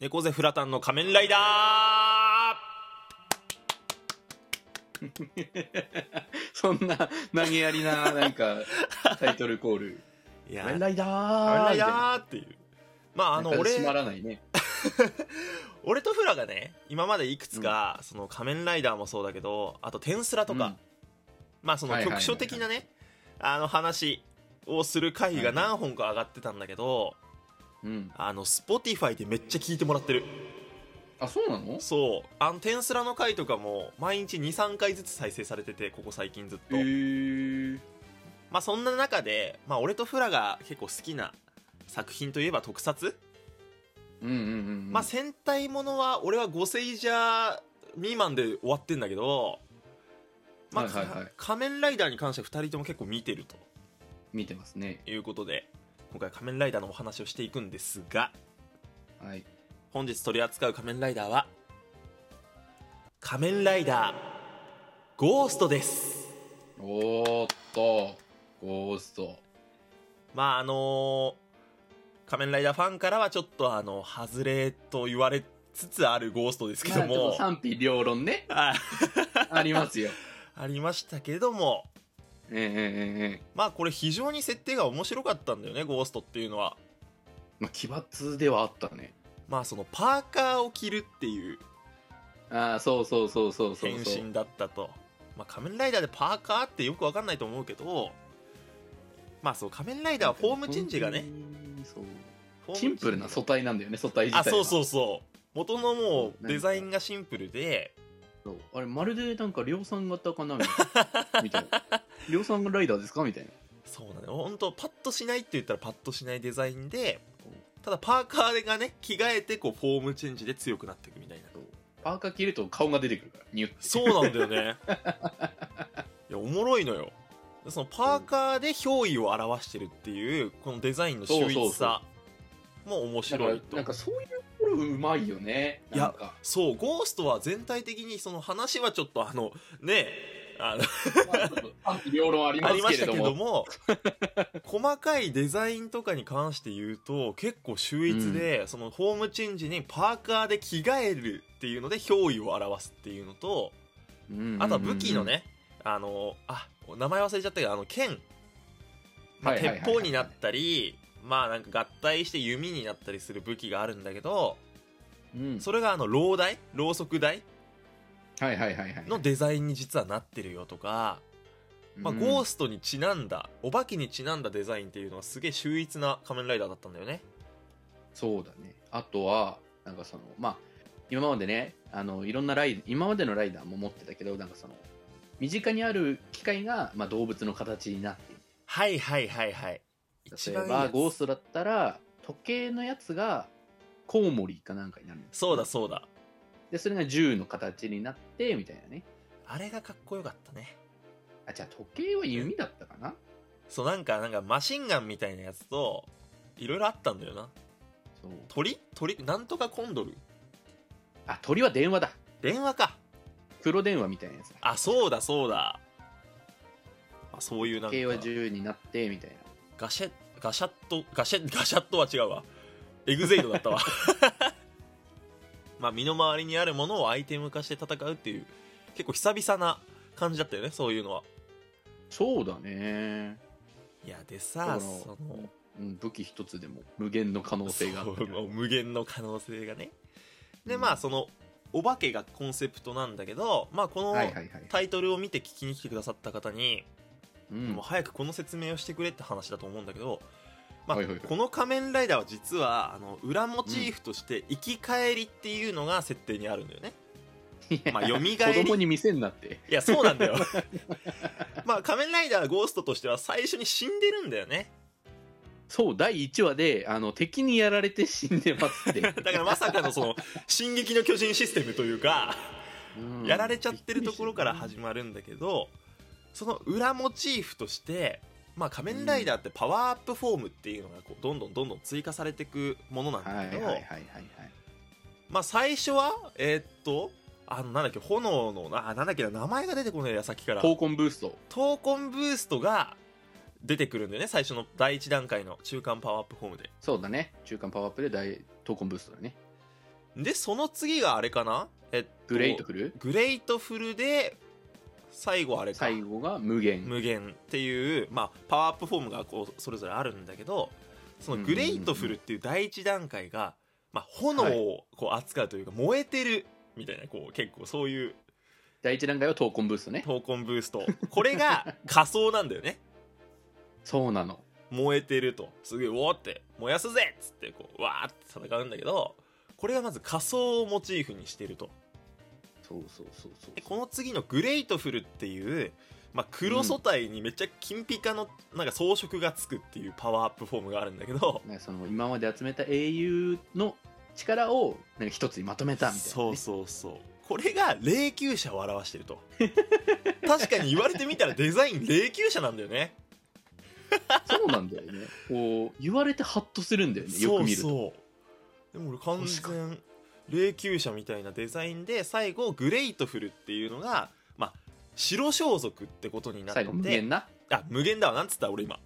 猫背フラタンの仮面ライダーそんな投げやりな、なんか、タイトルコール。いや仮面ライダ仮面ーライダーっていうまあああの、の俺。俺閉まらないね。俺とフラがね今までいくつか、その仮面ライダーもそうだけどあとテンスラとか、うんまあそのはいはい局はい所的なねあの話をする回が何本か上がってたんだけど、うん。あの Spotify でめっちゃ聞いてもらってるあ、そうなのそうあのテンスラの回とかも毎日23回ずつ再生されててここ最近ずっと、えー。まあそんな中で、まあ、俺とフラが結構好きな作品といえば特撮、うんうんうんうん。まあ戦隊ものは俺は5歳じゃ未満で終わってんだけど、まあはいはいはいか仮面ライダーに関しては2人とも結構見てると見てますね。いうことで今回仮面ライダーのお話をしていくんですがはい。本日取り扱う仮面ライダーは仮面ライダーゴーストですおーっと、ゴースト。まああのー仮面ライダーファンからはちょっとあの外れと言われつつあるゴーストですけまあどちょっも。と、賛否両論ねあ、ありますよ。ありましたけどもええええええまあこれ非常に設定が面白かったんだよねゴーストっていうのはまあ、奇抜ではあったね。まあそのパーカーを着るっていうああ、そうそうそうそうそう変そう。身だったとまあ仮面ライダーでパーカーってよくわかんないと思うけどまあそう仮面ライダーはフォームチェンジがね。そう。フォームチシェンプルな素体なんだよね、素体自体あは。そうそううそう元のもうデザインがシンプルでそう。あれ、まるでなんか量産型かなみたい な。みたいな。量産ライダーですかみたいな。そうなのよ本当パッとしないって言ったらパッとしないデザインでただパーカーがね着替えてこうフォームチェンジで強くなっていくみたいなパーカー着ると顔が出てくるから、ニュッそうなんだよ ねいやおもろいのよそのパーカーで憑依を表してるっていうこのデザインの秀逸さも面だか白らいとなんかそういうところうまいよね。いやなんか。そうゴーストは全体的にその話はちょっとあのねえあのまあちょっと賛否両論ありまありますけしたれけどども。も細かいデザインとかに関して言うと結構秀逸で、そのホームチェンジにパーカーで着替えるっていうので憑依を表すっていうのとうんうんうんあとは武器の。ねあのあ名前忘れちゃったけどあの剣、まあ、はいはいはい鉄はい砲になったりまあなんか合体して弓になったりする武器があるんだけどうん。それがあのろう台ろうそく台はいはいはいはい。のデザインに実はなってるよとかまあ、ゴースストにちなんだお化けにちなんだデザインっていうのはすげえ秀逸な仮面ライダーだったんだよねそうだね。あとは、なんかその、まあ、今までね、あの、いろんなライ今までのライダーも持ってたけど、なんかその、身近にある機械が、まあ、動物の形になっているはいはいはいはい一例え番いいば、やゴーストトだったら、時計のやつが、コウモリかなんかになるんですそうだそうだで、それが銃の形になって、みたいなね。あれがかっこよかったねあ、じゃあ時計は弓だったかなそうなんかなんかマシンガンみたいなやつといろいろあったんだよなそう。鳥鳥なんとかコンドルあ、鳥は電話だ。電話か黒電話みたいなやつだ。あそうだそうだ、まあ、そういうなんか時計は銃になって、みたいな。ガシャガシャッとガシャ ガシャッとは違うわエグゼイドだったわ まあ身の回りにあるものをアイテム化して戦うっていう結構久々な感じだったよねそういうのはそうだね。いやでださからそのうん、武器一つでも無限の可能性があったそうもう無限の可能性がねでまうあんそのお化けがコンセプトなんだけどまあこのはいはいはい、タイトルを見て聞きに来てくださった方に、うんもう早くこの説明をしてくれって話だと思うんだけど、まあはいはいはいこの仮面ライダーは実はあの裏モチーフとして生き返りっていうのが設定にあるんだよね、いやまあ蘇り子供に見せんなっていやそうなんだよ まあ仮面ライダーゴーストとしては最初に死んでるんだよねそう第1話であの敵にやられて死んでますっ て、だからまさかのその「進撃の巨人」システムというかうんやられちゃってるところから始まるんだけどその裏モチーフとしてまあ仮面ライダーってパワーアップフォームっていうのがこうどんどんどんどん追加されていくものなんはいだはけいど、はいはいはいまあ最初は、えーっと、あの、なんだっけ、炎の、な、なんだっけな、名前が出てこないや、さっきから。闘魂ブースト闘魂ブーストが出てくるんだよね、最初の第一段階の中間パワーアップフォームで。そうだね中間パワーアップで大闘魂ブーストだねでその次があれかなえっとグレイトフルグレイトフルで最後あれか最後が無限無限っていう、まあ、パワーアップフォームがこうそれぞれあるんだけどそのグレイトフルっていう第一段階が、まあ、炎をこう扱うというか燃えてるみたいなこう結構そういう第一段階は闘魂ブーストね闘魂ブーストこれが仮想なんだよねそうなの燃えてるとすげえうおーって燃やすぜっつってこうわーって戦うんだけどこれがまず仮想をモチーフにしてるとそうそうそうそうでこの次のグレイトフルっていう、まあ、黒素体にめっちゃ金ピカのなんか装飾がつくっていうパワーアップフォームがあるんだけど、なんかその今まで集めた英雄の力をなんか一つにまとめたみたいなね、そうそうそうこれが霊柩車を表してると確かに言われてみたらデザイン霊柩車なんだよねそうなんだよねこう言われてハッとするんだよねよく見るそとうそうでも俺完全霊柩車みたいなデザインで最後グレイトフルっていうのがまあ白装束ってことになって最後無限なあ無限だわなんつった俺今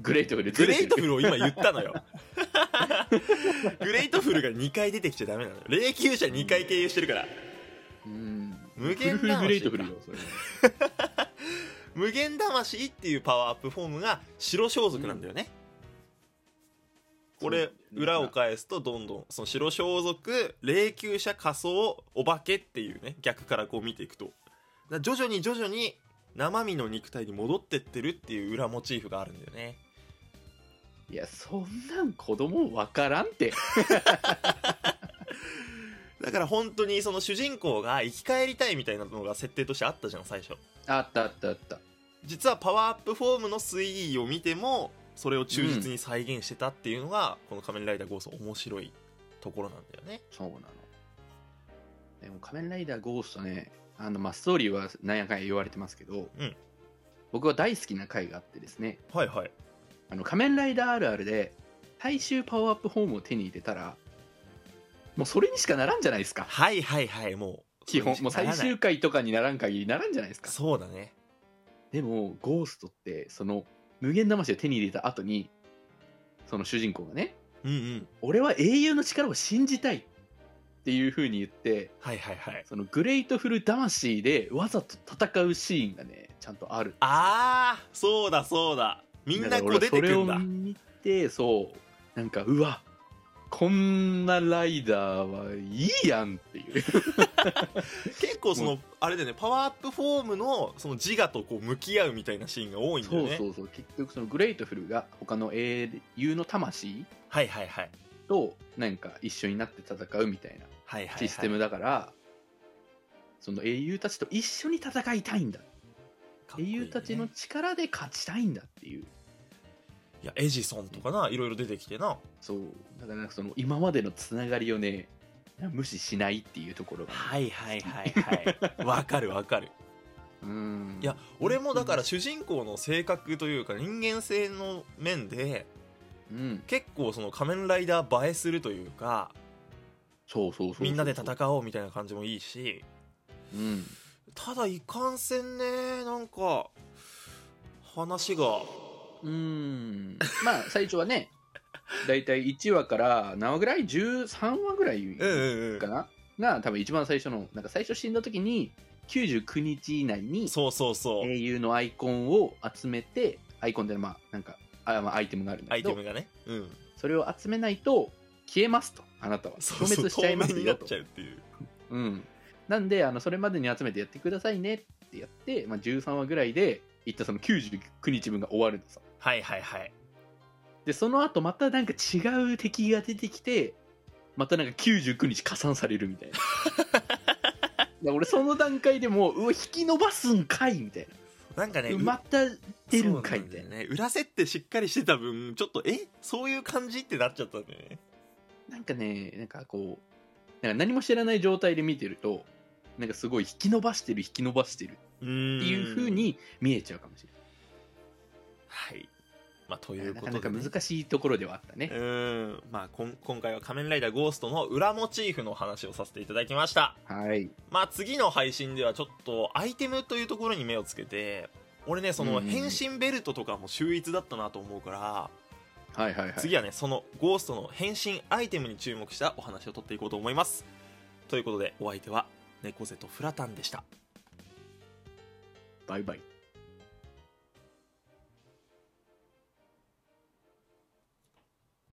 グレートフルグレートフルルを今言ったのよ グレートフルが2回出てきちゃダメなのよ霊柩車2回経由してるからうん無限フルフルなグレートフルよそれは無限魂っていうパワーアップフォームが白装束なんだよね、これ裏を返すとどんどんその白装束霊柩車仮装お化けっていうね逆からこう見ていくとだから徐々に徐々に生身の肉体に戻ってってるっていう裏モチーフがあるんだよねいやそんなん子供わからんってだから本当にその主人公が生き返りたいみたいなのが設定としてあったじゃん最初あったあったあった実はパワーアップフォームの推移を見てもそれを忠実に再現してたっていうのが、この「仮面ライダーゴースト」面白いところなんだよねそうなのでも「仮面ライダーゴーストね」あのまあストーリーはなんやかんや言われてますけど、うん僕は大好きな回があってですねはいはいあの仮面ライダーあるあるで最終パワーアップフォームを手に入れたらもうそれにしかならんじゃないですかはいはいはいもう基本もう最ならな終い回とかにならん限りならんじゃないですかそうだねでもゴーストってその無限魂を手に入れた後にその主人公がねうんうん俺は英雄の力を信じたいっていう風に言ってはいはいはいそのグレートフル魂でわざと戦うシーンがねちゃんとあるああそうだそうだみんなこう出てくんだだから俺それを見てそうなんかうわこんなライダーはいいやんっていう結構そものあれだよねパワーアップフォームのその自我とこう向き合うみたいなシーンが多いんだよそうねそうそう結局そのグレートフルが他の英雄の魂はいはいはいとなんか一緒になって戦うみたいなはいはいはいシステムだから、その英雄たちと一緒に戦いたいんだかっこ英いいね雄たちの力で勝ちたいんだっていういやエジソンとかないろいろ出てきてなそうだからなんかその今までのつながりをね無視しないっていうところがね、はいはいはいはい わかるわかるうんいや俺もだから主人公の性格というか人間性の面でうん結構その仮面ライダー映えするというかそうそうそうそうみんなで戦おうみたいな感じもいいしうんただいかんせんねなんか話がうんまあ最初はね 大体1話から何話ぐらい13話ぐらいうんうんかな、が多分一番最初のなんか最初死んだ時に99日以内うんにそうそうそう英雄のアイコンを集めてアイコンってまあなんかあまあアイテムがあるんだアけイテどムがねうんそれを集めないと消えますとあなたはそう消そう滅しちゃいます透明によなっとちゃうっていううん、なんであのそれまでに集めてやってくださいねってやって、まあ、13話ぐらいでいったその99日分が終わるのさはいはいはいでその後またなんか違う敵が出てきてまたなんか99日加算されるみたいな で俺その段階でもううわ引き伸ばすんかいみたいなんかな、ねまた出るんかいそうみなんだたいよなね裏設定しっかりしてた分ちょっとえそういう感じってなっちゃったんだよねなんかねなんかこうなんか何も知らない状態で見てるとなんかすごい引き伸ばしてる引き伸ばしてるってっていう風に見えちゃうかもしれないはい。まあ、といいやうなことかで、なか難しいところではあったねう。ーん。まあ、こん今回は仮面ライダーゴーストの裏モチーフの話をさせていただきました。はい。まあ、次の配信ではちょっとアイテムというところに目をつけて、俺ね、そのうん変身ベルトとかも秀逸だったなと思うから、はいはいはい。次はねそのゴーストの変身アイテムに注目したお話を取っていこうと思いますということでお相手は猫背とフラタンでしたバイバイ。